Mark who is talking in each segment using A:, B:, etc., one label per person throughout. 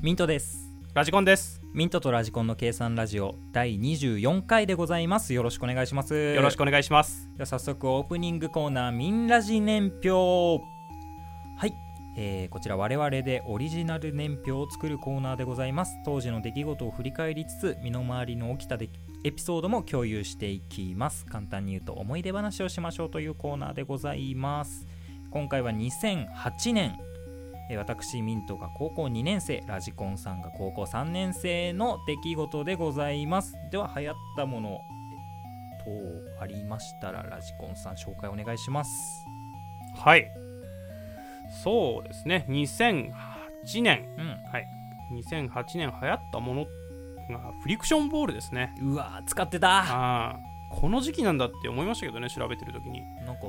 A: ミントです
B: ラジコンです。
A: ミントとラジコンの計算ラジオ第24回でございますよろしくお願いします
B: よろしくお願いします。
A: では早速オープニングコーナー「ミンラジ年表」はい、えーこちら我々でオリジナル年表を作るコーナーでございます当時の出来事を振り返りつつ身の回りの起きた出来エピソードも共有していきます簡単に言うと思い出話をしましょうというコーナーでございます今回は2008年えー私ミントが高校2年生ラジコンさんが高校3年生の出来事でございますでは流行ったもの等ありましたらラジコンさん紹介お願いします
B: はい。そうですね。2008年。
A: うん
B: 2008年流行ったものがフリクションボールですね。
A: うわー使ってた
B: ああ。この時期なんだって思いましたけどね、調べてる時に。
A: なんか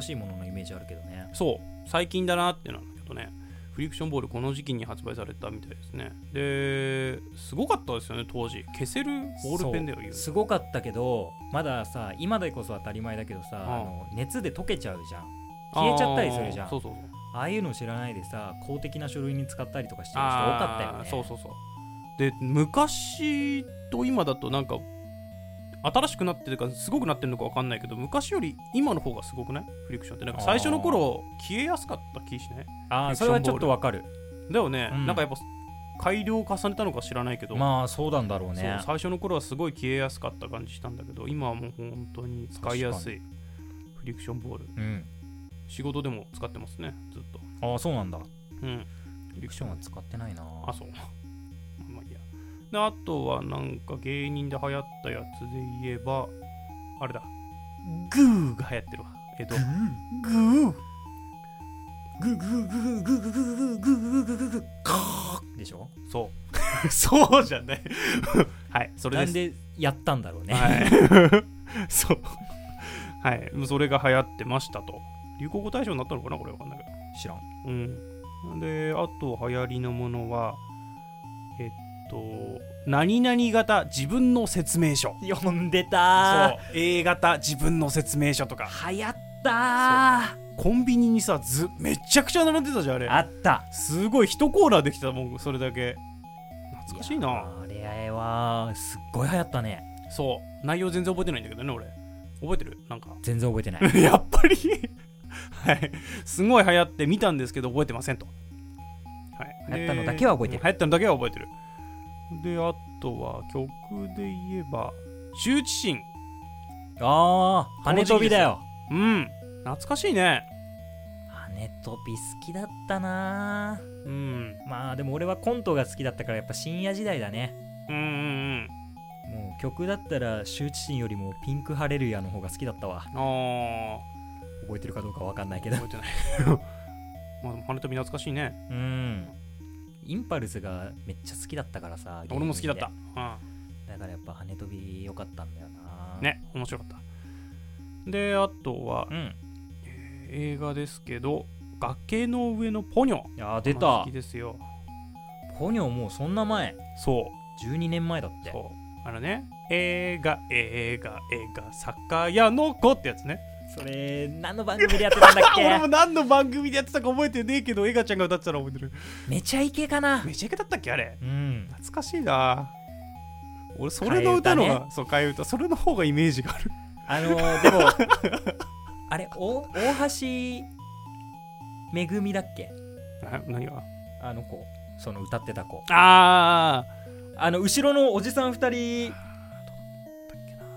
A: 新しいもののイメージあるけどね
B: そう。最近だなってなんだけどね。フリクションボールこの時期に発売されたみたいですね。で、すごかったですよね、当時。消せるボールペンだよ、
A: そう
B: 言う
A: すごかったけどまださ今でこそ当たり前だけどさ、
B: ん
A: あの熱で溶けちゃうじゃん消えちゃったりするじゃん
B: あーそうそうそう。
A: ああいうの知らないでさ公的な書類に使ったりとかしてる人多か
B: あ
A: っ
B: あ
A: たよね
B: そうそうそうで昔と今だとなんか新しくなってるかすごくなってるのか分かんないけど昔より今の方がすごくないフリクションってなんか最初の頃消えやすかった気しない
A: あーそれはちょっとわかる
B: だよね、
A: うん
B: なんかやっぱ改良を重ねたのか知らないけど、
A: まあそうなんだろう
B: そう
A: ね
B: 最初の頃はすごい消えやすかった感じしたんだけど今はもう本当に使いやすいフリクションボール
A: うん
B: 仕事でも使ってますねずっと
A: ああそうなんだ
B: うんフ
A: フリクションは使ってないな
B: あ、そう。まあいいや。で、あとはなんか芸人で流行ったやつで言えば、あれだ。グーが流行ってるわ。えっと、グー
A: グーグーグーグーグーグーグーグーグーグーグーグーカーでしょ
B: そう。 そうじゃない。はい、それ
A: な
B: で
A: ん
B: す。
A: でやったんだろうね、
B: はい。 そう。はい。それが流行ってましたと。流行語大賞になったのかなこれわかんないけど。
A: 知らん
B: うん。で、あと流行りのものは、えっと、何々型自分の説明書。
A: 読んで
B: そ
A: た
B: う A 型自分の説明書とか
A: ー流行ったーあ
B: コンビニにさずめちゃくちゃ並んでたじゃんあれ
A: った
B: すごい一コーラーできたもんそれだけ懐かしい
A: や
B: な
A: ーあれはすっごい流行ったね
B: そう内容全然覚えてないんだけどね俺覚えてるなん か
A: 全然覚えて ない
B: やっぱりはいすごい流行って見たんですけど覚えてませんと、はい、で
A: 流行ったのだけは覚えてる
B: 流行ったのだけは覚えてるであとは曲で言えば羞恥心
A: あー羽飛びだよ
B: うん懐かしいね
A: 羽飛び好きだったなー
B: うん
A: まあでも俺はコントが好きだったからやっぱ深夜時代だね
B: うんうんうん
A: もう曲だったら羞恥心よりもピンクハレルヤの方が好きだったわ
B: あ
A: 覚えてるかどうかわかんないけ
B: あ
A: ど
B: 覚えてないまあでも羽飛び懐かしいね
A: うんインパルスがめっちゃ好きだったからさ
B: 俺も好きだった
A: 芸
B: うん
A: 人でだからやっぱ羽飛び良かったんだよな
B: ね面白かったであとは
A: うん
B: 映画ですけど崖の上のポニョ
A: いやー出
B: まあ
A: た
B: 好きですよ
A: ポニョもうそんな前
B: そう
A: 12年前だって
B: そうあのね映画映画映画酒屋の子ってやつね
A: それ何の番組でやってたんだっ
B: 俺 も
A: け
B: 何の番組でやってたか覚えてねえけどエガちゃんが歌ってたら覚えてる
A: めちゃイケかな
B: めちゃイケだったっけあれ
A: うん
B: 懐かしいな俺それの歌の
A: 替え
B: が、そう替え歌それの方がイメージがある
A: あのー、でも あれお大橋めぐみだっけ
B: な何が
A: あの子その歌ってた子
B: あ
A: あの後ろのおじさん2人
B: あ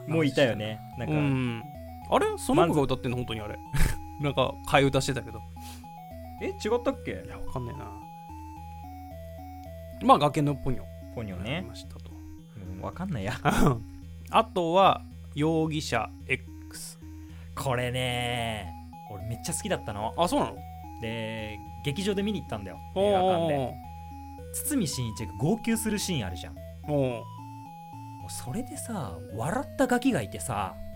A: もいたよねなんか、
B: うんあれその子が歌ってんの本当 にあれなんか替え歌してたけど
A: え違ったっけ
B: いやわかんねえなまあ崖のポニョ
A: ポニョ
B: あり
A: ね、
B: ましたと
A: うん、わかんない や
B: あとは容疑者 X
A: これね俺めっちゃ好きだったの
B: あそうなの
A: で劇場で見に行ったんだよ映画館で堤真一が号泣するシーンあるじゃんも
B: おーお
A: うそれでさ笑ったガキがいてさ
B: ー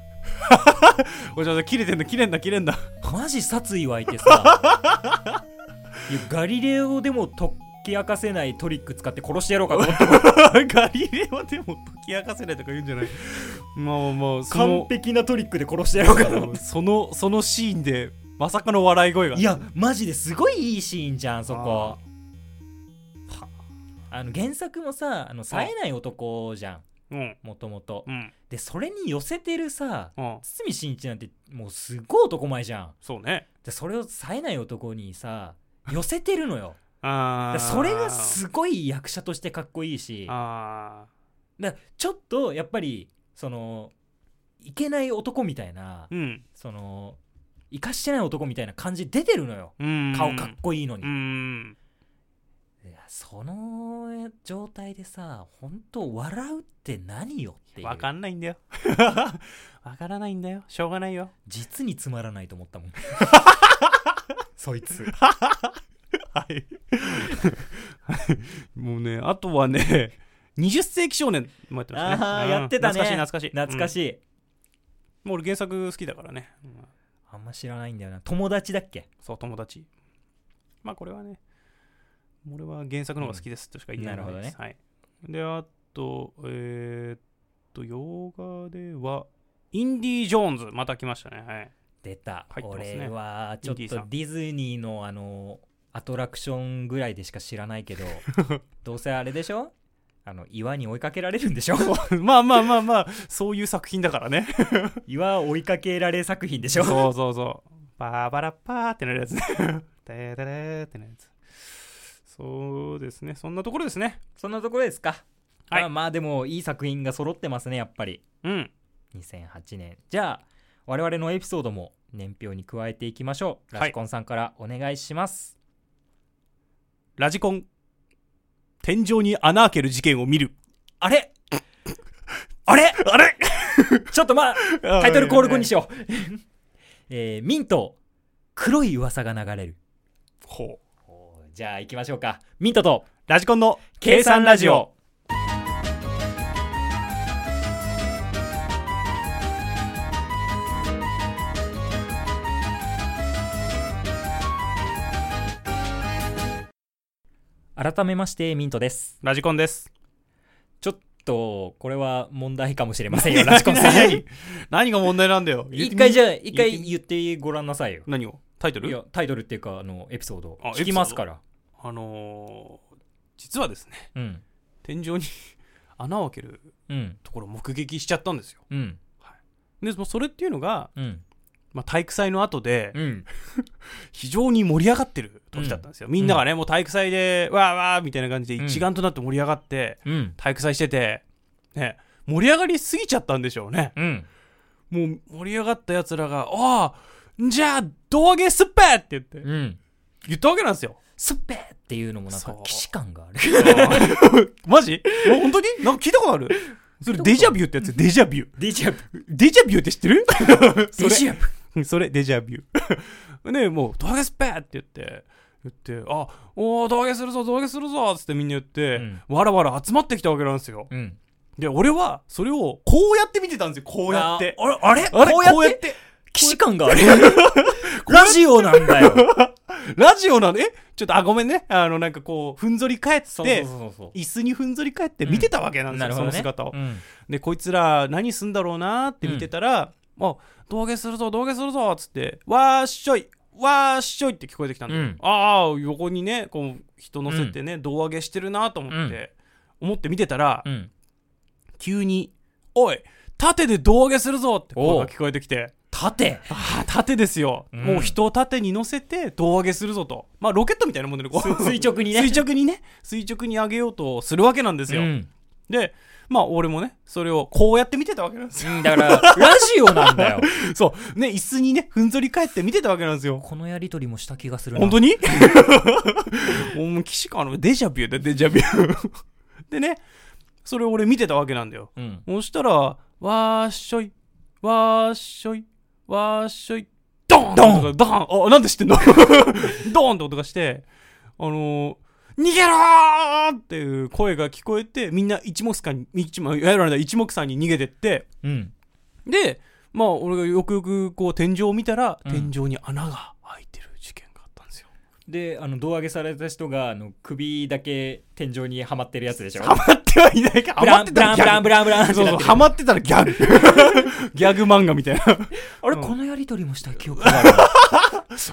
B: おじゃあ切れてんだ切れんだ切れんだ
A: マジ殺意湧いてさ いやガリレオでも解き明かせないトリック使って殺してやろうかと思った
B: ガリレオでも解き明かせないとか言うんじゃないまあまあまあそ
A: 完
B: の
A: 璧なトリックで殺してやろうかと思っ
B: そのそのシーンでまさかの笑い声
A: た
B: が
A: いやマジですごいいいシーンじゃんそこ
B: あーは
A: あの原作もさあの冴えない男じゃん
B: うん
A: もともと
B: うん
A: でそれに寄せてるさ
B: うん
A: 堤真一なんてもうすごい男前じゃん
B: そうね
A: でそれを冴えない男にさ寄せてるのよ
B: あ
A: だ
B: あ
A: それがすごい役者としてかっこいいし
B: あ
A: だちょっとやっぱりそのいけない男みたいな
B: ーうん
A: その生かしてない男みたいな感じ出てるのよ
B: うん
A: 顔かっこいいのに、
B: うん
A: いやその状態でさ本当笑うって何よっていう
B: わかんないんだよ わからないんだよしょうがないよ
A: 実につまらないと思ったもん そいつ
B: はい。 もうね、あとはね、20世紀少年もやってましたね。
A: あー
B: うん
A: やってたね
B: 懐かしい、懐かしい。
A: 懐かし
B: い。
A: い、
B: もう俺原作好きだからね。うん
A: あんま知らないんだよな友達だっけ
B: そう、友達。まあこれはね、俺は原作の方が好きですとしか言えない
A: うんなるほどね
B: はい。で、あと、えーっと、洋画では、インディ・ージョーンズ、また来ましたね。はい。
A: 出た、
B: 入ってますね
A: 俺はちょっと
B: イン
A: デ
B: ディーさん
A: ィズニーのあのアトラクションぐらいでしか知らない けどどうせあれでしょあの岩に追いかけられるんで しょ
B: まあまあまあまあ、そういう作品だからね。
A: 岩追いかけられ作品でしょ
B: そうそうそう。 バーバラッパーってなるやつね。 デデデってなるやつ。そうですね。そんなところですね。
A: そんなところですか、
B: はい
A: まあまあでもいい作品が揃ってますねやっぱり
B: うん。
A: 2008年じゃあ我々のエピソードも年表に加えていきましょう
B: はい
A: ラジコンさんからお願いします、
B: ラジコン。天井に穴開ける事件を見る。
A: あれ あれ
B: あれ
A: ちょっとまあタ
B: タ
A: イトルコール後に
B: し。
A: しよう。 えーミント、黒い噂が流れる。
B: ほう。
A: じゃあ行きましょうか。ミントと、
B: ラジコンの
A: 計
B: 計
A: 算
B: 算
A: ラ
B: ラ
A: ジ
B: ジ
A: オ
B: オ。
A: 改めまして、ミントです。
B: ラジコンです。
A: ちょっと、これは問題かもしれません よ、ラジコンさん
B: 何。何が問題なんだよ。
A: 一回じ
B: ゃ。
A: ゃあ、一回言ってごらんなさいよ。
B: 何をタイト
A: い
B: ル
A: や、タイトルっていうか、あの、エピソード
B: あ。
A: 聞きますから。
B: あのー、実はですね、
A: うん。
B: 天井に 穴を開ける
A: うん。
B: ところを目撃しちゃったんですよ。
A: うん。
B: で、もうそれっていうのが、
A: うん。
B: まあ、体育祭の後で、
A: うん。
B: 非常に盛り上がってる時だったんですよ、みんながねもう体育祭でわーわーみたいな感じで一丸となって盛り上がって、
A: うん。
B: 体育祭しててね盛り上がりすぎちゃったんでしょうね
A: うん。
B: もう盛り上がったやつらが「ああじゃあ胴上げすっぺ!」って言って
A: うん。
B: 言ったわけなんですよ
A: すっぺーっていうのもなんか
B: そう、
A: 既視感がある。
B: マジもう本当になんか聞いたことあるそれデジャビューってや つデジャビュー
A: デジャブ。
B: デジャビューって知ってる そ
A: デ
B: れ
A: ジャブ。
B: うんそれデジャビュー ねもう「胴上げすっぺ!」って言って言って「あおー胴上げするぞ胴上げするぞ」っつってみんな言って、
A: うん
B: わらわら集まってきたわけなんですよ
A: うん。
B: で俺はそれをこうやって見てたんですよこうやって
A: あれあれ
B: あれ
A: こうやって
B: こうやって
A: 既視感がある。ラジオなんだよ。
B: ラジオなのえちょっとあごめんねあのなんかこうふんぞり返って
A: そうそうそうそう。
B: 椅子にふんぞり返って見てたわけなんですよ、その姿を、
A: うん
B: でこいつら何すんだろうなーって見てたら「あ胴上げするぞ胴上げするぞ」っつって「わーっしょいわーっしょい」って聞こえてきたんで、
A: うん
B: ああ横にねこう人乗せてね、胴上げしてるなと思って、思って見てたら、
A: うん。
B: 急に「おい縦で胴上げするぞ」って声が聞こえてきて。
A: 縦。
B: ああ、縦ですよ、
A: うん
B: もう人を縦に乗せて胴上げするぞと。まあ、ロケットみたいなもんでね、こう
A: 垂直にね
B: 垂直にね、垂直に上げようとするわけなんですよ。
A: うん。
B: で、まあ、俺もね、それをこうやって見てたわけなんですよ
A: だ から、ラジオなんだよ。
B: そう。ね、椅子にね、ふんぞり返って見てたわけなんですよ。
A: このやりとりもした気がするな。
B: 本当に もう、岸川のデジャビューだ、デジャビュー。 でね、それを俺見てたわけなんだよ。
A: うん。
B: そしたら、わーっしょい、わーっしょい、わーっしょい、ドーン
A: ドー
B: ンドーンあ、なんで知ってんの ドーンって音がして、あのー、逃げろーっていう声が聞こえて、みんな一目散に、一目、やられた一目散に逃げてって、
A: うん。
B: で、まあ、俺がよくよくこう天井を見たら、
A: うん
B: 天井に穴が開いてる事件があったんですよ。
A: で、あの、胴上げされた人が、あの、首だけ天井にはまってるやつでしょ。
B: ハマってはいないか。
A: ブ
B: ハマ
A: ラ
B: っ
A: ン
B: て
A: ブ
B: た
A: ラン
B: らギ
A: ブラン
B: ャ
A: ブ
B: グ。
A: ランブランって
B: そう
A: な
B: そ
A: っ
B: う、
A: てる
B: ハマってたらギャグ。 ギャグ漫画みたいな。
A: あれ、
B: うん
A: このやりとりもした記憶がある。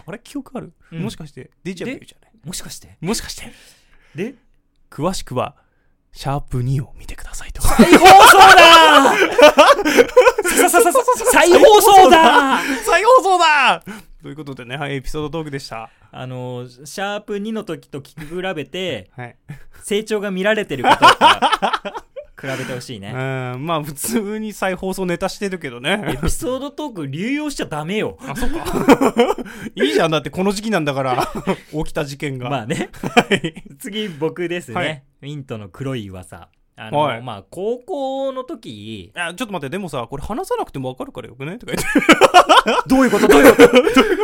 B: あれ記憶ある、
A: うん
B: もしかして、デジャビューじゃない
A: もしかして
B: もしかして
A: で、
B: 詳しくは、シャープ2を見てくださいと。
A: 再放送だーささささ再放送だー
B: 再放送だということでね、はい、エピソードトークでした。
A: あのーシャープ2の時と聞き比べて
B: はい。
A: 成長が見られてるかどうか比べてほしいね
B: うん、まあ、普通に再放送ネタしてるけど
A: エ
B: ね。
A: ピソードトーク流用しちゃダメよ
B: あ、そっか。 いいじゃん、だってこの時期なんだ から、起きた事件が。
A: まあね
B: はい。
A: 次僕ですね、
B: はい
A: ミントの黒い噂あの、
B: はい
A: まあ高校の時
B: あちょっと待って、でもさ、これ話さなくてもわかるからよくない とか言って。
A: どういうことどういうこ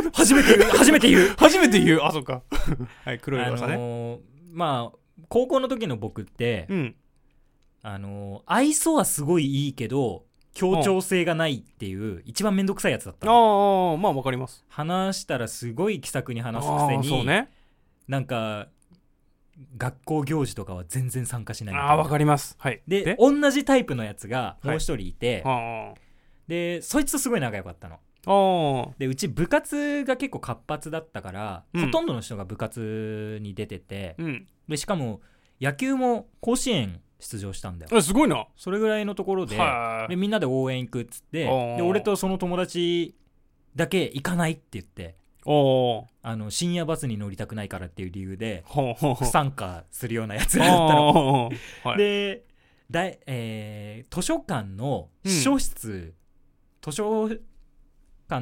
A: と初めて言う初めて言う
B: 初めて言う。あ、そっか。はい、黒い
A: あの
B: 噂ね。
A: ーまあ高校の時の僕って、
B: うん。
A: あのー愛想はすごいいいけど協調性がないっていう一番めんどくさいやつだった
B: あ
A: の
B: あ、まあわかります。
A: 話したらすごい気さくに話すくせ
B: あー
A: に
B: そうね。
A: なんか学校行事とかは全然参加しないみたいな
B: ああ、わかります。はい。
A: で同じタイプのやつがもう一人いて、
B: あ
A: でそいつとすごい仲良かったの
B: あ。あ
A: でうち部活が結構活発だったから、
B: うん
A: ほとんどの人が部活に出てて
B: あ。うん。
A: でしかも野球も甲子園出場したんだよ
B: あすごいな。
A: それぐらいのところで,、
B: はい
A: でみんなで応援行くっつって
B: おー
A: で俺とその友達だけ行かないって言って
B: お お。
A: あの深夜バスに乗りたくないからっていう理由で
B: ほうほうほ
A: 不
B: う。
A: 参加するようなやつら
B: あ
A: だったの。
B: ーはい。
A: でだい、えー図書館の秘書室、図書館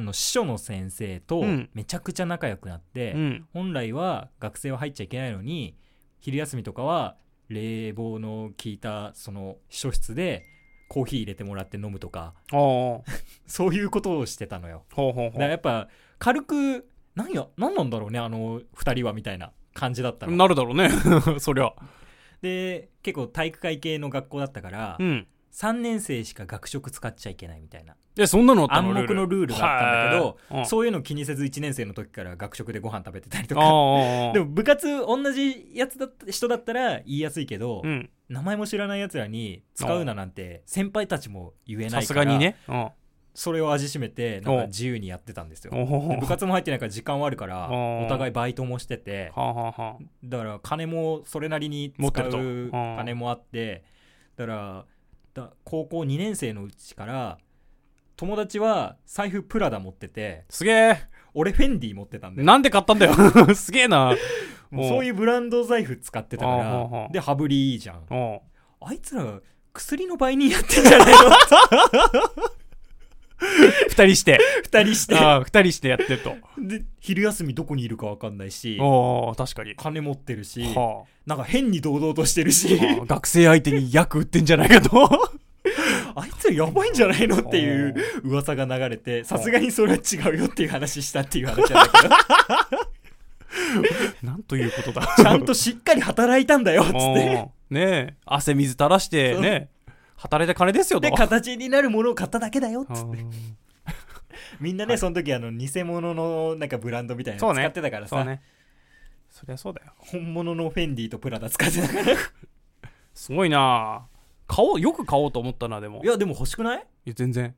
A: の秘書の先生と
B: うん
A: めちゃくちゃ仲良くなって、
B: うん。
A: 本来は学生は入っちゃいけないのに昼休みとかは冷房の効いたその秘書室でコーヒー入れてもらって飲むとか
B: ああ。ほ
A: そういうことをしてたのよ
B: うほ
A: だ
B: うほ
A: から
B: う。
A: やっぱ軽く何や何なんだろうねあの2人はみたいな感じだったの
B: なるだろうね。 そりゃ。
A: で結構体育会系の学校だったから、
B: うん。
A: 3年生しか学食使っちゃいけないみたいな
B: え、そんなのあったの
A: 暗黙のルールがあったんだけど、
B: はいうん
A: そういうの気にせず1年生の時から学食でご飯食べてたりと
B: ああ
A: か
B: ああ。
A: でも部活同じやつだった人だったら言いやすいけど、
B: うん。
A: 名前も知らないやつらに使うななんて先輩たちも言えな
B: さ
A: い
B: す
A: から
B: がにね。うん。
A: それを味しめてなんか
B: お
A: 自由にやってたんですよ
B: おほほ
A: で 部活も入ってないから時間はあるから
B: お
A: お互いバイトもしてて
B: はあはあはあ。
A: だから金もそれなりに
B: 持っ
A: 使
B: てると
A: う
B: うん
A: 金もあってだからだ高校2年生のうちから友達は財布プラダ持ってて
B: すげえ。
A: 俺フェンディ持ってたんで
B: なんで買ったんだよ。 すげえな。。
A: もうそういううブランド財布使ってたか
B: あああ
A: ら
B: あ
A: で羽振りいいじゃん
B: うん
A: あいつら薬の売人やってんじゃねえの
B: 二人して。
A: 二人して
B: ああ、二人してやってると。
A: で昼休みどこにいるか分かんないし
B: おお確かに。
A: 金持ってるし
B: はあ。
A: なんか変に堂々としてるし
B: ああ学生相手に役売ってんじゃない かと
A: あいつらやばいんじゃないのっていう噂が流れてさすがにそれは違うよっていう話したっていう話なんだ けど
B: なんということだ
A: ちゃんとしっかり働いたんだよっつっ
B: お
A: て
B: ーねえ汗水垂らしてね働いた金ですよと
A: で形になるものを買っただけだよっ
B: あ
A: つって
B: ー
A: みんなね、その時あの偽物のなんかブランドみたいな
B: そ
A: の
B: うね
A: 使ってたから
B: そ
A: さ、
B: うねそりゃそうだよ
A: 本物のフェンディとプラダ使ってたからい
B: すごいな買おうよく買おうと思ったなでも い
A: やでも欲しくない
B: や全然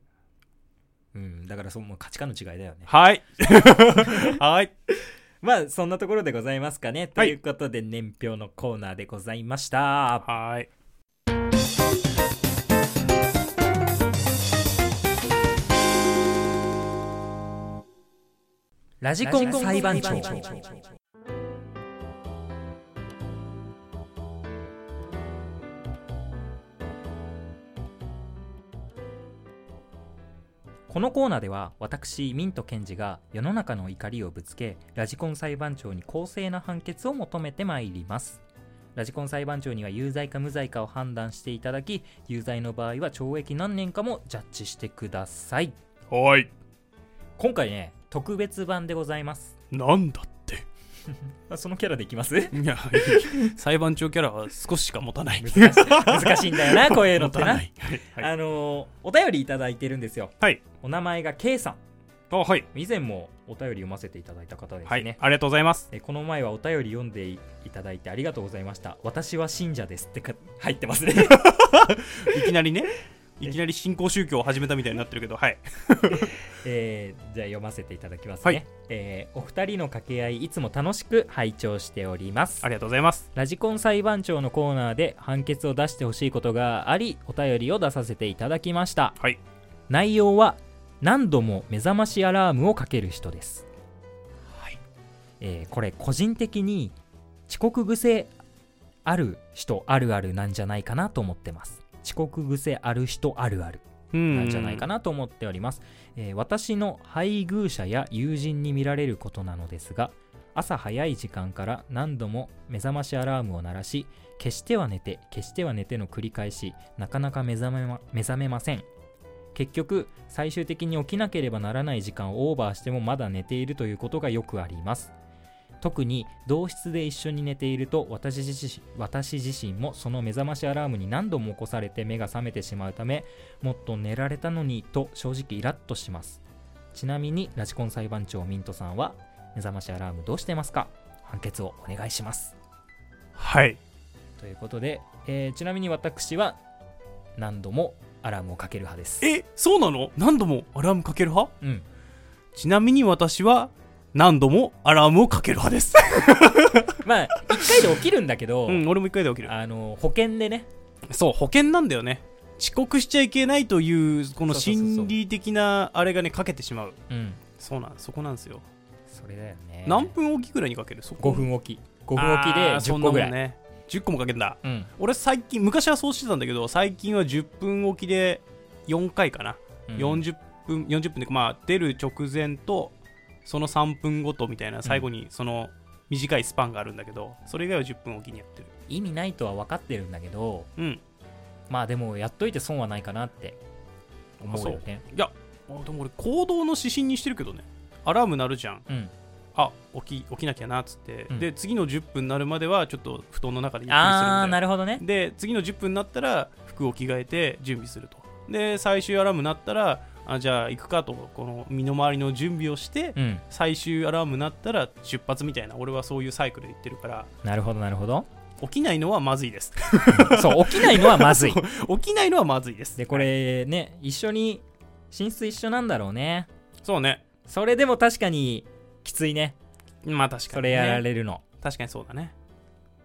A: うんだからその価値観の違いだよね
B: はい はい
A: まあそんなところでございますかね、
B: はい
A: ということで年表のコーナーでございました
B: はい
A: ラジコン裁判長このコーナーでは私ミント検事が世の中の怒りをぶつけラジコン裁判長に公正な判決を求めてまいりますラジコン裁判長には有罪か無罪かを判断していただき有罪の場合は懲役何年かもジャッジしてください
B: はい
A: 今回ね特別版でございます
B: なんだって
A: あそのキャラでいきます
B: いや裁判長キャラは少ししか持た ない
A: 難しい難しいんだよ なこういうのっ
B: 持
A: て
B: た
A: な、
B: ないはいはい
A: あのーお便りいただいてるんですよ
B: はい
A: お名前が K さん
B: あはい
A: 以前もお便り読ませていただいた方ですね、
B: はいありがとうござい ます
A: えこの前はお便り読んでいただいてあり がとうございました私は信者ですってか入ってますね
B: いきなりねいきなり新興宗教を始めたみたいになってるけどはい
A: えーじゃあ読ませていただきますね、
B: はい
A: えーお二人の掛け合いいつも楽しく拝聴しております
B: ありがとうございます
A: ラジコン裁判長のコーナーで判決を出してほしいことがありお便りを出させていただきました
B: はい
A: 内容は何度も目覚ましアラームをかける人です、
B: はい
A: えーこれ個人的に遅刻癖ある人あるあるなんじゃないかなと思ってます遅刻癖ある人あるある
B: うん
A: なんじゃないかなと思っております、えー私の配偶者や友人に見られることなのですが朝早い時間から何度も目覚ましアラームを鳴らし消しては寝て消しては寝ての繰り返しなかなか目覚めま目覚めません結局最終的に起きなければならない時間をオーバーしてもまだ寝ているということがよくあります特に同室で一緒に寝ていると私自身私自身もその目覚ましアラームに何度も起こされて目が覚めてしまうためもっと寝られたのにと正直イラッとしますちなみにラジコン裁判長ミントさんは目覚ましアラームどうしてますか判決をお願いします
B: はい
A: ということで、えーちなみに私は何度もアラームをかける派です
B: えそうなの何度もアラームかける派
A: うん
B: ちなみに私は何度もアラームをかける派です、
A: まあ1回で起きるんだけど、
B: うん、俺も一回で起きる
A: あの保険でね
B: そう保険なんだよね遅刻しちゃいけないというこの
A: そうそうそうそう
B: 心理的なあれがねかけてしまう
A: うん
B: そうなんそこなんですよ、
A: それだよね
B: 何分おきぐらいにかけるそこ
A: 5分おき5分おきで
B: あーそ
A: 10
B: ん
A: 個
B: なもん
A: ぐらい、
B: ね10個もかけんだ
A: うん
B: 俺最近昔はそうしてたんだけど最近は10分おきで4回かな、
A: うん
B: 40分40分でまあ出る直前とその3分ごとみたいな最後にその短いスパンがあるんだけどそれ以外は10分おきにやってる
A: 意味ないとは分かってるんだけど
B: うん
A: まあでもやっといて損はないかなって思うよね
B: いやあでも俺行動の指針にしてるけどねアラーム鳴るじゃん
A: うん
B: あ起き起きなきゃなっつって、
A: うん
B: で次の10分になるまではちょっと布団の中で
A: あ
B: ゆっくりするみた
A: あ
B: い
A: な
B: な
A: るほどね
B: で次の10分になったら服を着替えて準備するとで最終アラーム鳴ったらあじゃあ行くかとこの身の回りの準備をして、
A: うん
B: 最終アラーム鳴ったら出発みたいな俺はそういうサイクルで行ってるから
A: なるほどなるほど
B: 起きないのはまずいです
A: そう起きないのはまずい
B: 起きないのはまずいです
A: でこれね一緒に寝室一緒なんだろうね
B: そうね
A: それでも確かにきついね
B: まあ確か
A: そ
B: に、ね、
A: れやられるの、
B: 確かにそうだね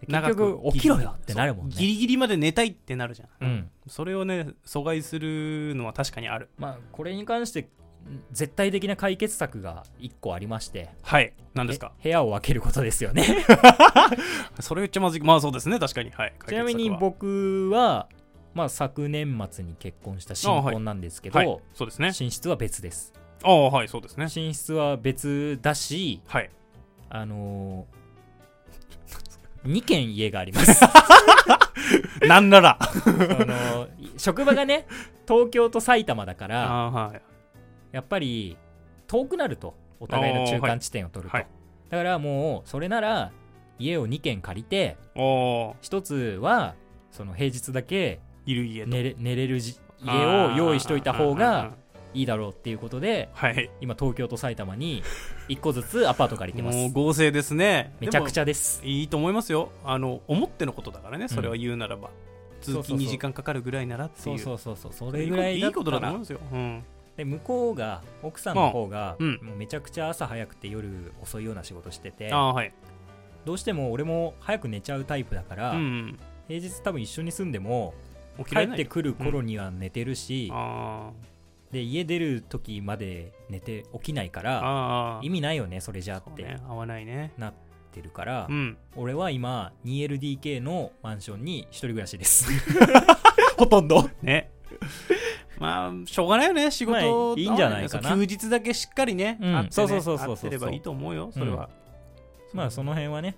A: 結局
B: 長く
A: 起きろよってなるもん
B: そうギ
A: ね
B: リギリまで寝たいってなるじゃん、
A: うん
B: それをね阻害するのは確かにある
A: まあこれに関してん絶対的な解決策が1個ありまして
B: はい何ですか
A: え部屋を分けることですよね
B: それ言っちゃまずいまあそうですね確かにはい
A: ちなみに
B: 解決策は
A: 僕は、まあ、昨年末に結婚した新
B: あはい
A: 婚なんですけど、
B: はいそうですね
A: 寝室は別です
B: ああはいそうですね
A: 寝室は別だし
B: はい
A: あのー、2軒家があり ます、
B: なんなら
A: あのー職場がね東京と埼玉だから
B: あはい
A: やっぱり遠くなるとお互いの中間地点を取ると、
B: はい
A: だからもうそれなら家を2軒借りて
B: おー
A: 1つはその平日だけ
B: いる家と
A: 寝れ寝れるじ家を用意しといた方
B: あーあーあ
A: がいいだろうっていうことで
B: ーはい
A: 今東京と埼玉に1個ずつアパート借りてま
B: もう
A: す
B: 合成ですね
A: めちゃくち
B: ゃ
A: ゃです
B: いいと思いますよあの思ってのことだからねそれは言うならば、通勤に時間かかるぐらいならって
A: そ
B: いうう
A: そうそうそうそれ
B: いい
A: ぐ
B: こと
A: らいだっ
B: いいこ
A: た
B: とだと
A: ら
B: 思うんですよ、うん、
A: で向こうが奥さんの方が
B: うん
A: もうめちゃくちゃ朝早くて夜遅いような仕事してて
B: ああはい、
A: どうしても俺も早く寝ちゃうタイプだから
B: うん、
A: 平日多分一緒に住んでも
B: 起き
A: 帰
B: られ
A: っ
B: ない
A: てくる頃には寝てるし
B: あ
A: で家出る時まで寝て起きないか
B: あ
A: ら
B: ああ
A: 意味ないよねそれじゃ
B: そ
A: っ
B: う
A: て
B: ね合わないね
A: なってるから
B: うん
A: 俺は今 2LDK のマンションに一人暮らしです ほとんど
B: ね まあしょうがないよね仕事、
A: まあいいんじゃないかな
B: そう休日だけしっかりね,、
A: うん
B: あってね
A: そうそうそうそうそう
B: 会ってればいいと思うよそれは、
A: まあその辺はね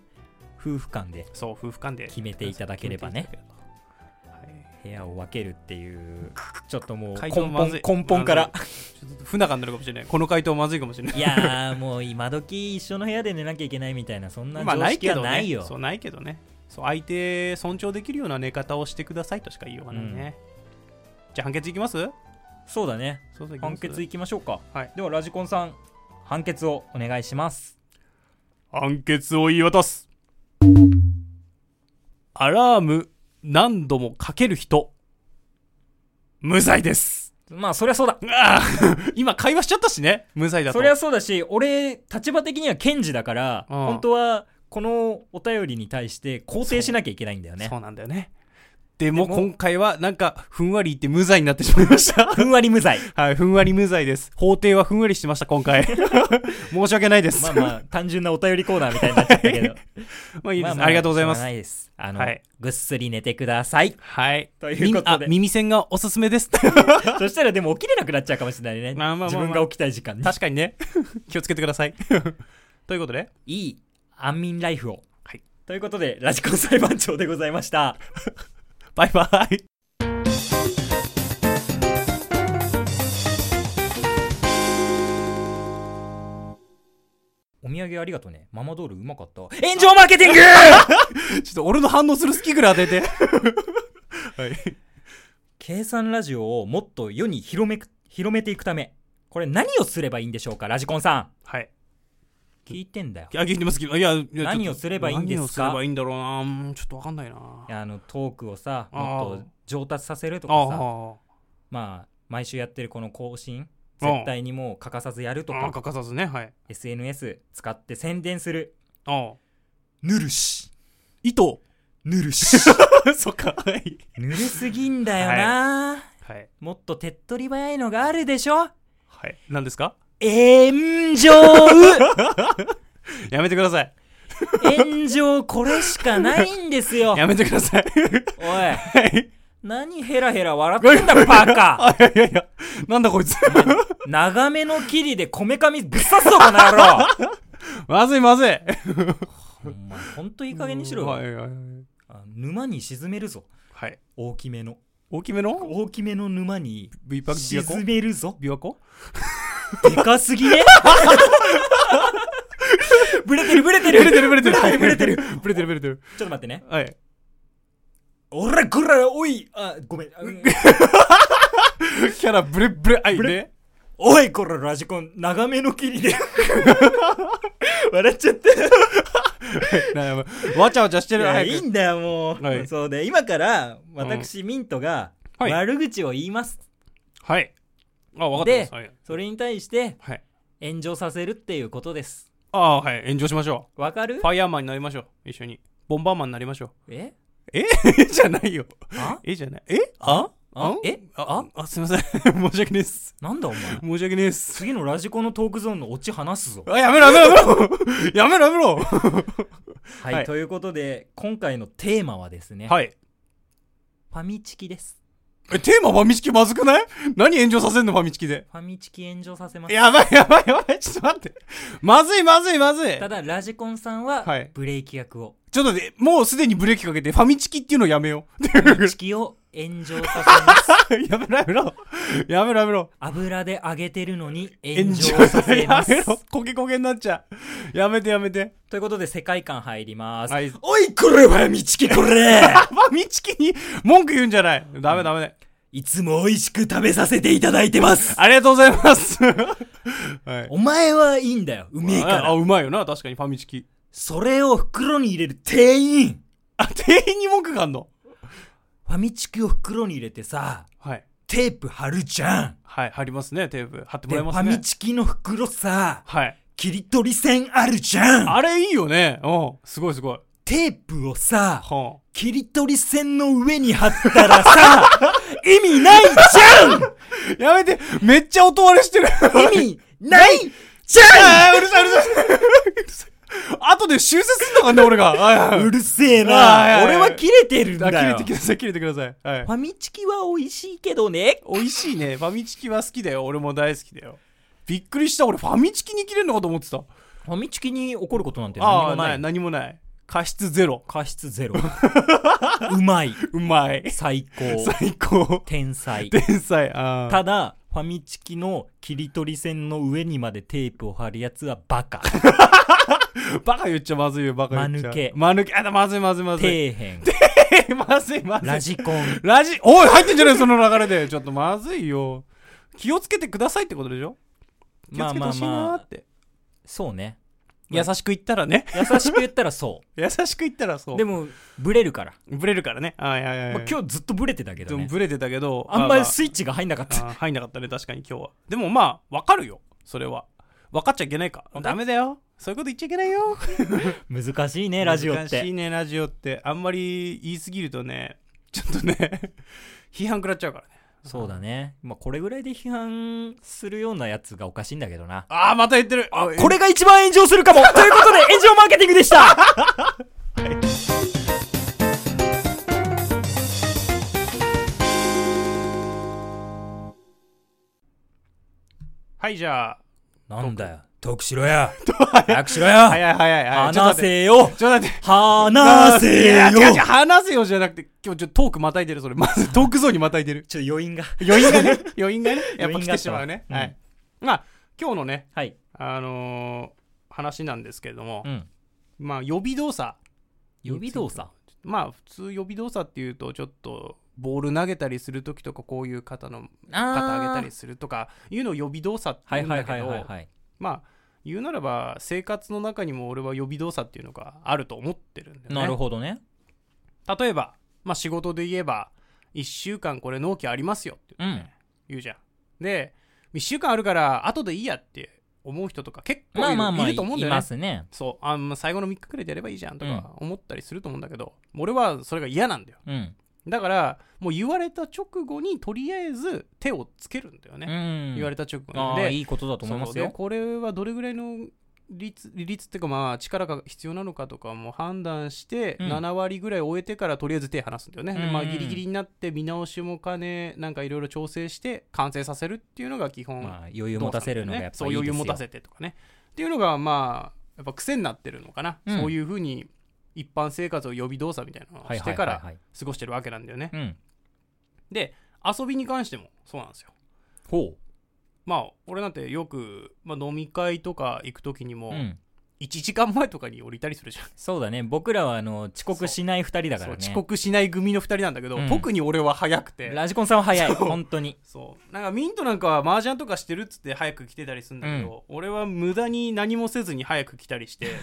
A: 夫婦間で
B: そう夫婦間で
A: 決めていただければね
B: 決めていただければはい
A: 部屋を分けるっていうちょっともう根
B: 回答まず
A: 本
B: い
A: 根本から
B: まずいちょっと不仲になるかもしれないこの回答まずいかもしれない
A: いやーもう今時一緒の部屋で寝なきゃいけないみたいなそんな
B: まあ
A: 常識は
B: ね
A: ないよ、
B: そうないけどねそう相手尊重できるような寝方をしてくださいとしか言いようがないね、じゃあ判決いきます
A: そうだね
B: そうそういきます
A: 判決いきましょうか、
B: はい
A: ではラジコンさん判決をお願いします
B: 判決を言い渡すアラーム何度もかける人無罪です
A: まあそりゃそうだ
B: あー今会話しちゃったしね無罪だと
A: そりゃそうだし俺立場的には検事だから、
B: うん
A: 本当はこのお便りに対して肯定しなきゃいけないんだよね
B: そうなんだよねでも
A: でも
B: 今回はなんかふんわり言って無罪になってしまいました
A: ふんわり無 罪
B: はいふんわり無罪です法廷はふんわりしてました 今回申し訳ないです
A: まあまあ単純なお便りコーナーみたいになっちゃったけど
B: まあいいです、
A: ま
B: あ、りがとうございま
A: し
B: す
A: ょないですあの、
B: はい
A: ぐっすり寝てください
B: はい
A: ということで
B: みあ耳栓がおすすめです
A: そしたらでも起きれなくなっちゃうかもしれないね。
B: まあまあまあまあ
A: 自分が起きたい時間に。
B: 確か にね気をつけてくださいということで
A: いい安眠ライフを。
B: はい
A: ということで、ラジコン裁判長でございました。
B: バイバイ
A: お土産ありがとうね。ママドールうまかった。炎上マーケティング
B: ちょっと俺の反応する好きぐらい当てて。はい。
A: 計算ラジオをもっと世に広めく、広めていくため、これ何をすればいいんでしょうか、ラジコンさ
B: はい。
A: ん。聞いてんだよ。
B: あ、聞いてます、聞いてますいや、いやちょっと
A: 何をすればいいんですか
B: 何をすればいいんだろうなうんちょっとわかんないなあ
A: あの、トークをさ、
B: あー
A: もっと上達させるとかさ、
B: あ、
A: まあ、毎週やってるこの更新、
B: あー
A: 絶対にもう欠かさずやると
B: ああ、
A: か、
B: 欠かさずね、はい。
A: SNS 使って宣伝する。
B: ああ。
A: ぬるし。
B: 糸
A: ぬるし。
B: そっか。はい。
A: 濡れすぎんだよな、
B: はい。
A: もっと手っ取り早いのがあるでしょ
B: はい。何ですか
A: 炎上
B: やめてください。
A: 炎上これしかないんですよ
B: やめてください。
A: おい
B: はい。
A: 何ヘラヘラ笑ってんだバカ
B: あ、いやいやいや。なんだこいつ。
A: 長めの切りでこめかみぶっ刺すぞこの野郎
B: まずいまずい。
A: お前ほんといい加減にしろよ、
B: はいはいはい。
A: あ沼に沈めるぞ
B: はい。
A: 大きめの
B: 大きめの
A: 大きめの沼に
B: ?V パック琵琶湖
A: 沈めるぞ
B: 琵琶湖
A: でかすぎね ブレてるブレて
B: ブレ
A: る
B: てるブレてる。
A: はいブレてる。
B: ブレてるブレてる。
A: ちょっと待ってね
B: はい。
A: おらこらおいあごめんあうん
B: キャラブレブレあいね。
A: おいこらラジコン長めの切 りで笑っちゃって
B: なんかわちゃわちゃしてる。早く
A: いいんだよもう、
B: はい
A: そうで今から私、ミントが
B: はい
A: 悪口を言います、
B: はい。あ、分かってます。
A: で
B: はい。
A: それに対して
B: はい、
A: 炎上させるっていうことです
B: ああ、はい。炎上しましょ
A: わかる
B: う。ファイヤーマンになりましょう。一緒に。ボンバーマンになりましょう。
A: え
B: え じゃないよ。
A: あ
B: えじゃない。えあ
A: あえ
B: ああすいません。 申し訳ねえっす。
A: なんだお前
B: 申し訳ねえっす。
A: 次のラジコンのトークゾーンのオチ話すぞ
B: あ、やめろやめろやめろやめろやめろ
A: はい、
B: はい
A: ということで今回のテーマはですね、
B: はい。
A: ファミチキです
B: え、テーマファミチキまずくない何炎上させんのファミチキで。
A: ファミチキ炎上させます
B: やばいやばいやばい。ちょっと待って。まずいまずいまずい。
A: ただラジコンさんは
B: はい
A: ブレーキ役を、
B: ちょっとで、もうすでにブレーキかけて、ファミチキっていうのやめよう。
A: 地球を炎上させます
B: やめろやめろ。やめろやめろ。
A: 油で揚げてるのに炎
B: 炎
A: 上さ
B: 上さ
A: せ
B: せ
A: ま
B: ますす。やめろ。焦げ焦げになっちゃう。やめてやめて。
A: ということで世界観入ります、
B: はい。フ
A: おいこれはみちきこ れ
B: ァミチキに文句言うんじゃない。ダメダメ。
A: いつも美味しく食べさせていただいてます
B: ありがとうございます。はい。
A: お前はいいんだようめえか
B: あ、
A: ら
B: うまいよな。確かにファミチキ。
A: それを袋に入れる店員
B: あ、店員に文句があんの
A: ファミチキを袋に入れてさ
B: はい。
A: テープ貼るじゃん
B: はい。貼りますね。テープ。貼っても
A: で、
B: らい
A: フ
B: ます
A: ァ
B: ね。
A: ミチキの袋さ
B: はい。
A: 切り取り線あるじゃん
B: あれいいよね。うん。すごいすごい。
A: テープをさ
B: は
A: 切り取り線の上に貼ったら さ、意味ないじ
B: あ、やめてめっちゃ音割れしてる
A: ゃん意味ないじ
B: あーうるさいうるさいうるさい後で修正すんのかね、 俺が。はいはいは
A: ゃ
B: い
A: んうるせえ
B: あいやい
A: な。
B: や
A: 俺は切れてるん
B: あ
A: だよ。
B: 切れてください切れてください、はい
A: フ、ァミチキは美味しいけどね。
B: 美味しいねファミチキは好きだよ俺も大好きだよびっくりした俺ファミチキに切れるのかと思ってた
A: ファミチキに怒ることなんて
B: ああ
A: 何も
B: な
A: ないい。
B: 何もない過失ゼロ
A: 過失ゼ ロ。うまい。
B: うまい
A: 最高。
B: 最高
A: 天才。
B: 天才ああ
A: ただ、ファミチキの切り取り線の上にまでテープを貼るやつはバ カ。
B: バカ言っちゃまずいよバカ言っちゃ
A: 間抜け
B: 間抜けあだまずいまずいまずい
A: 底辺。
B: まずいまずい
A: ラジコン。
B: ラジおい入ってんじゃないその流れでちょっとまずいよ気をつけてくださいってことでしょ気をつけてほしいなーって、
A: そうね。
B: 優しく言ったらね
A: 優しく言ったらそ
B: 優しく言ったらそうう
A: で
B: でも
A: もブレるから、
B: ブレるからねはいはいはい、
A: まあ、今日ずっとブレてたけ
B: で
A: ど
B: も
A: ね
B: ブレてたけど
A: あんま
B: ま
A: りスイッチが入んなかった
B: あー入んなかったね確かに今日はでもまあ分かるよそれは分かっちゃいけないか
A: かる
B: ダメだよそういうこと言っちゃいけないよ
A: 難しいねラジオっ
B: 難しい
A: て
B: ね ラジオってあんまり言いすぎるとねちょっとね 批判食らっちゃうからね
A: そうだねまあこれぐらいで批判するようなやつがおかしいんだけどな
B: ああまた言ってるあ
A: これが一番炎上するか もということで炎上マーケティングでした
B: はいじゃあ
A: なんだよ得しろ や早くしろよ
B: 早い早い早いちょっと
A: 話
B: 待って
A: せよ
B: ちょっと待って
A: 話
B: い
A: せ
B: や
A: よ
B: 違う違う話せよじゃなくて今日ちょっとトークまたいでるそれま ずトークゾーンにまたいでる
A: ちょっと余韻が
B: 余韻がね余韻がねやっぱ
A: 余韻があっ
B: 来て
A: た
B: しまうね、
A: うん
B: はいまあ今日のね
A: はい
B: あのー話なんですけれども、
A: うん
B: まあ予備動作
A: 予備動作
B: まあ普通予備動作っていうとちょっとボール投げたりする時とかこういう肩の肩上げたりするとかいうのを予備動作って
A: は
B: 言う
A: い
B: ん
A: は
B: だ
A: い
B: け
A: はいはい
B: ど
A: はい
B: まあ言うならば生活の中にも俺は予備動作っていうのがあると思ってるんだよね
A: なるほどね
B: 例えば、まあ、仕事で言えば1週間これ納期ありますよって
A: う
B: 言,、
A: ん
B: 言うじゃんで1週間あるから後でいいやって思う人とか結構いる,、
A: まあまあまあ
B: いると思うんだよ
A: いま
B: ね
A: すね
B: そうあんま最後の3日くらいでやればいいじゃんとか思ったりすると思うんだけど、俺はそれが嫌なんだよ
A: うん
B: だからもう言われた直後にとりあえず手をつけるんだよね、
A: 言
B: 言わ
A: れ
B: れた直後
A: あ
B: に
A: あ
B: で
A: いいことだと思います
B: そう
A: よ
B: でこれはどれぐらいの率率っていうかまあ力が必要なのかとかも判断して
A: うん
B: 7割ぐらい終えてからとりあえず手離すんだよね、
A: うんうん
B: まあ、ギリギリになって見直しも兼ねなんかいろいろ調整して完成させるっていうのが基本、
A: まあ余裕持たせるのがやっぱ
B: そう
A: いいですよ
B: 余裕持たせてとかねっていうのがまあやっぱ癖になってるのかな、
A: うん
B: そういうふうに一般生活を予備動作みたいなのを
A: はい
B: し
A: は
B: て
A: い
B: か
A: はい
B: ら
A: はい
B: 過ごしてるわけなんだよね、
A: うん
B: で遊びに関してもそうなんですよ
A: ほ
B: まあ俺なんてよく、まあ、飲み会とか行く時にも、
A: ううん
B: 1時間前とかに降りたりするじゃん、
A: そうだね僕らはあの遅刻しない二人だか
B: そ
A: ら
B: う
A: ね
B: 遅刻しない組の2人なんだけど、
A: うん
B: 特に俺は早くて
A: ラジコンさんは早い
B: そう
A: 本当に
B: そうなんかミントなんかは麻雀とかしてるっつって早く来てたりするんだけど、俺は無駄に何もせずに早く来たりして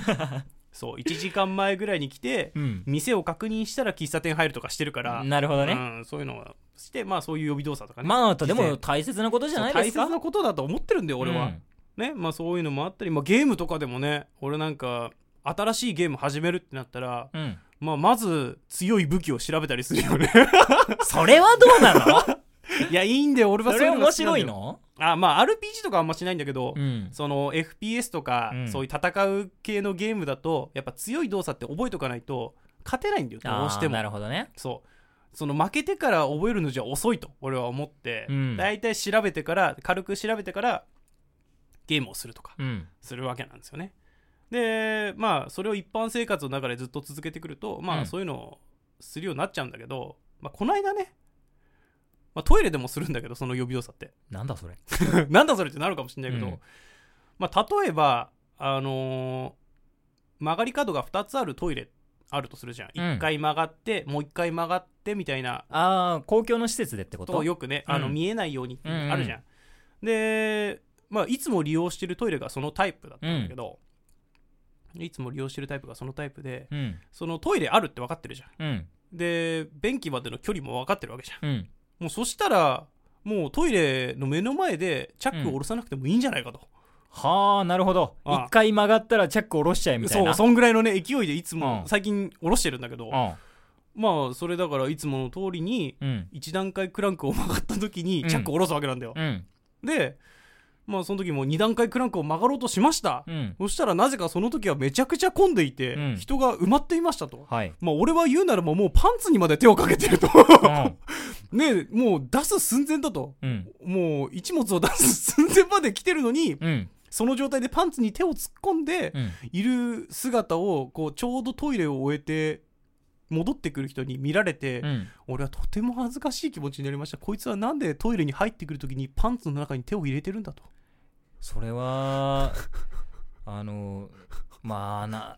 B: そう1時間前ぐらいに来て
A: うん
B: 店を確認したら喫茶店入るとかしてるから、
A: なるほどね
B: うん、そういうのをしてまあそういう予備動作とかね
A: まあで
B: 実
A: も
B: 践
A: 大切なことじゃないですか
B: そう大切なことだと思ってるんだよ俺は、
A: うん
B: ねまあそういうのもあったり、まあ、ゲームとかでもね俺なんか新しいゲーム始めるってなったら
A: うん
B: まあ、まず強い武器を調べたりするよね
A: それはどうなの
B: いやいいんだよ俺は
A: そ
B: そう
A: れ
B: いうの
A: 面
B: が好き
A: 白
B: なんだ
A: い
B: よ
A: の
B: あまあ RPG とかはあんましないんだけど、
A: うん
B: その FPS とか、
A: うん
B: そういう戦う系のゲームだとやっぱ強い動作って覚えとかないと勝てないんだよど
A: あ
B: う
A: ー
B: しても
A: なるほどね
B: そうその負けてから覚えるのじゃ遅いと俺は思って、
A: うん
B: だいたい調べてから軽く調べてからゲームをするとか
A: うん
B: するわけなんですよねでまあそれを一般生活の中でずっと続けてくるとま
A: う
B: あ
A: ん
B: そういうのをするようになっちゃうんだけど、まあこの間ね、まあ、トイレでもするんだけどその予備動作って
A: なんだそれ
B: なんだそれってなるかもしれないけど、
A: うん
B: まあ例えばあのー曲がり角が2つあるトイレあるとするじゃん、
A: うん
B: 1回曲がってもう1回曲がってみたいな
A: ああ公共の施設でってこと
B: とよくねあの
A: うん
B: 見えないようにっていう
A: うんうん
B: のあるじゃん、で、まあ、いつも利用してるトイレがそのタイプだったんだけど、いつも利用してるタイプがそのタイプで
A: うん
B: そのトイレあるって分かってるじゃん
A: うん
B: で便器までの距離も分かってるわけじゃん
A: うん
B: もうそしたらもうトイレの目の前でチャックを下ろさなくてもいいんじゃないかと、
A: はあなるほど
B: ああ
A: 一回曲がったらチャック下ろしちゃえみたい
B: そ
A: な
B: うそんぐらいのね勢いでいつも
A: うん
B: 最近下ろしてるんだけど、まあそれだからいつもの通りに
A: うんうん
B: 1段階クランクを曲がった時にチャックを下ろすわけなんだよ、
A: うん
B: で、まあその時もう2段階クランクを曲がろうとしました。
A: うん
B: そしたらなぜかその時はめちゃくちゃ混んでいて、
A: うん
B: 人が埋まっていましたと。
A: はい
B: まあ俺は言うならばもうパンツにまで手をかけて ると。
A: うん
B: ねえもう出す寸前だと。
A: うん
B: もう一物を出す寸前まで来てるのに、
A: うん
B: その状態でパンツに手を突っ込んで
A: うん
B: いる姿を、こうちょうどトイレを終えて、戻ってくる人に見られて、
A: うん
B: 俺はとても恥ずかしい気持ちになりましたこいつはなんでトイレに入ってくる時にパンツの中に手を入れてるんだと
A: それ はあのまあな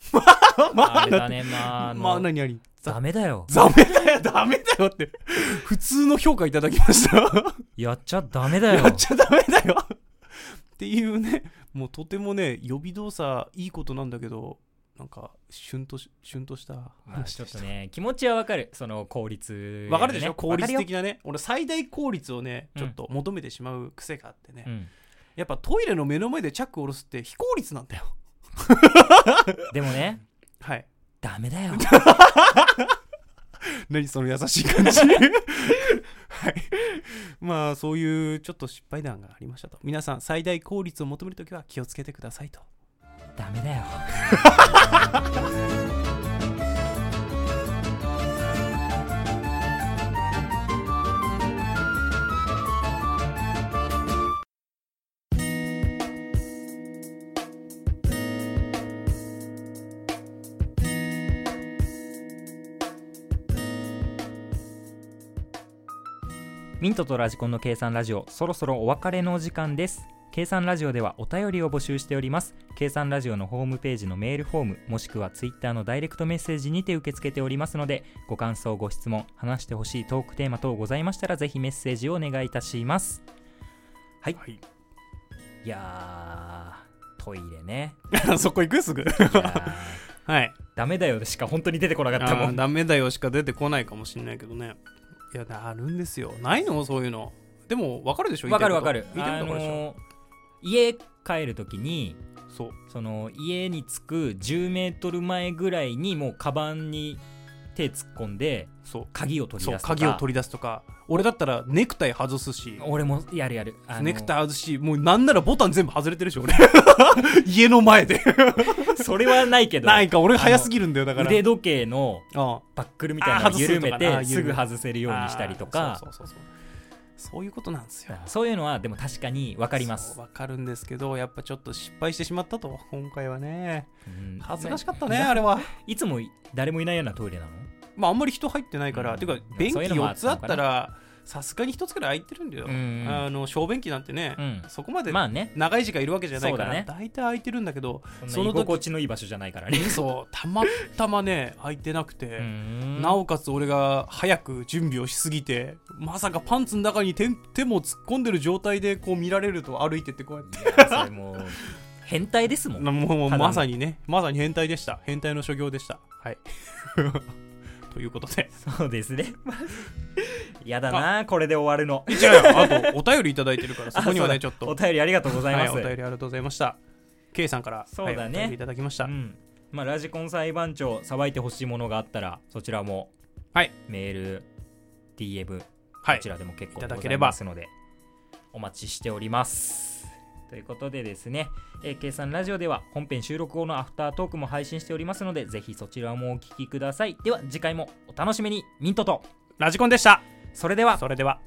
B: まあ
A: あれだねまああの
B: まあ何何
A: ダメだよ
B: ダメだよダメだよって普通の評価いただきました
A: やっちゃダメだ
B: や
A: よ
B: っちゃダメだよっていうねもうとてもね予備動作いいことなんだけどなんかシュンとしシュンとした
A: まあ、
B: 話
A: ちょ
B: で
A: っ
B: し
A: と
B: た、
A: ね気持ちはわかるその効率、ね、
B: わかるでしょ、効率
A: わか
B: 的なね俺最大効率をね
A: うん
B: ちょっと求めてしまう癖があってね、
A: るよ、うん
B: やっぱトイレの目の前でチャックを下ろすって非効率なんだよ
A: でもね
B: はい
A: ダメだよ
B: 何その優しい感 じはいまあそういうちょっと失敗談がありましたと皆さん最大効率を求めるときは気をつけてくださいと
A: ダメだよミントとラジコンの計算ラジオそろそろお別れのお時間です計算ラジオではお便りを募集しております計算ラジオのホームページのメールフォームもしくはツイッターのダイレクトメッセージにて受け付けておりますのでご感想ご質問話してほしいトークテーマ等ございましたらぜひメッセージをお願いいたしますはい、
B: はいい、
A: やートイレね
B: そこ行く すぐ
A: いやー
B: はい
A: ダメだよしか本当に出てこなかった
B: あ
A: も
B: ー
A: ん
B: ダメだよしか出てこないかもしれないけどねいやあるんですよないのそういうのでも分かるでしょ
A: わかるわかる
B: 見てるところでしょ、
A: ー家帰るときに
B: そう
A: その家に着く1 0メートル前ぐらいにもうカバンに手突っ込んで
B: そう
A: 鍵を取り
B: そ
A: 出
B: う
A: すとか
B: 鍵を取り出すとか俺だったらネクタイ外すし
A: 俺もやるやるあの
B: ネクタイ外すしもうなんならボタン全部外れてるし俺 家の前で
A: それはないけど
B: ないか俺早すぎるんだよだから
A: 腕時計の
B: あ
A: バックルみたいなのを緩め
B: あ外
A: て
B: す
A: す
B: と
A: ぐ
B: かな
A: 外せるようにしたりとか
B: そうそうそうそうそういうことなんですよ
A: そういうのはでも確かに分かります
B: そうわかるんですけどやっぱちょっと失敗してしまったと今回はね
A: うん
B: 恥ずかしかったね
A: な
B: あれはい
A: つも誰もいないようなトイレなの
B: まああんまり人入ってないから、
A: うん
B: ていうか
A: うん
B: 便器
A: そういうのもあ
B: 4
A: った
B: つあ
A: の
B: っ
A: かな
B: たらさすがに1つくらい空いてるんだよ、
A: うん
B: あの小便器なんてね、
A: うん
B: そこまで
A: まあね
B: 長い時間いるわけじゃないか
A: そうだ
B: ら、
A: ね
B: 大体空いてるんだけど
A: そ
B: そ
A: の
B: の時
A: 居心地のいい場所じゃないからね
B: そうたまたまね空いてなく
A: う
B: て、
A: ん
B: なおかつ俺が早く準備をしすぎてまさかパンツの中に手手も突っ込んでる状態でこう見られると歩いてってこうやって
A: いやそれもう変態ですもん
B: なもうもう
A: ただの
B: まさにねまさに変態でした変態の所業でしたはい ということ で
A: そうです ね。やだな、これで終わるの。
B: じゃああとお便りいただいてるからそこには
A: あ
B: ねち
A: そ
B: ょ
A: う
B: っ
A: だ
B: と
A: お便りありがとうございます。
B: はい、お便りありがとうございました。K さんから、
A: そうだね
B: はいお便りいただきました。
A: うん。まあ、ラジコン裁判長、さばいてほしいものがあったら、そちらも、
B: はい
A: メール、DM、
B: は
A: こ
B: い
A: ち。らでも結構で
B: いただ
A: ご
B: け
A: ざい
B: れば
A: ますので、お待ちしております。ということでですね、えー、計算ラジオでは本編収録後のアフタートークも配信しておりますので、ぜひそちらもお聞きください。では次回もお楽しみに、ミントと。
B: ラジコンでした。
A: それでは、
B: それでは。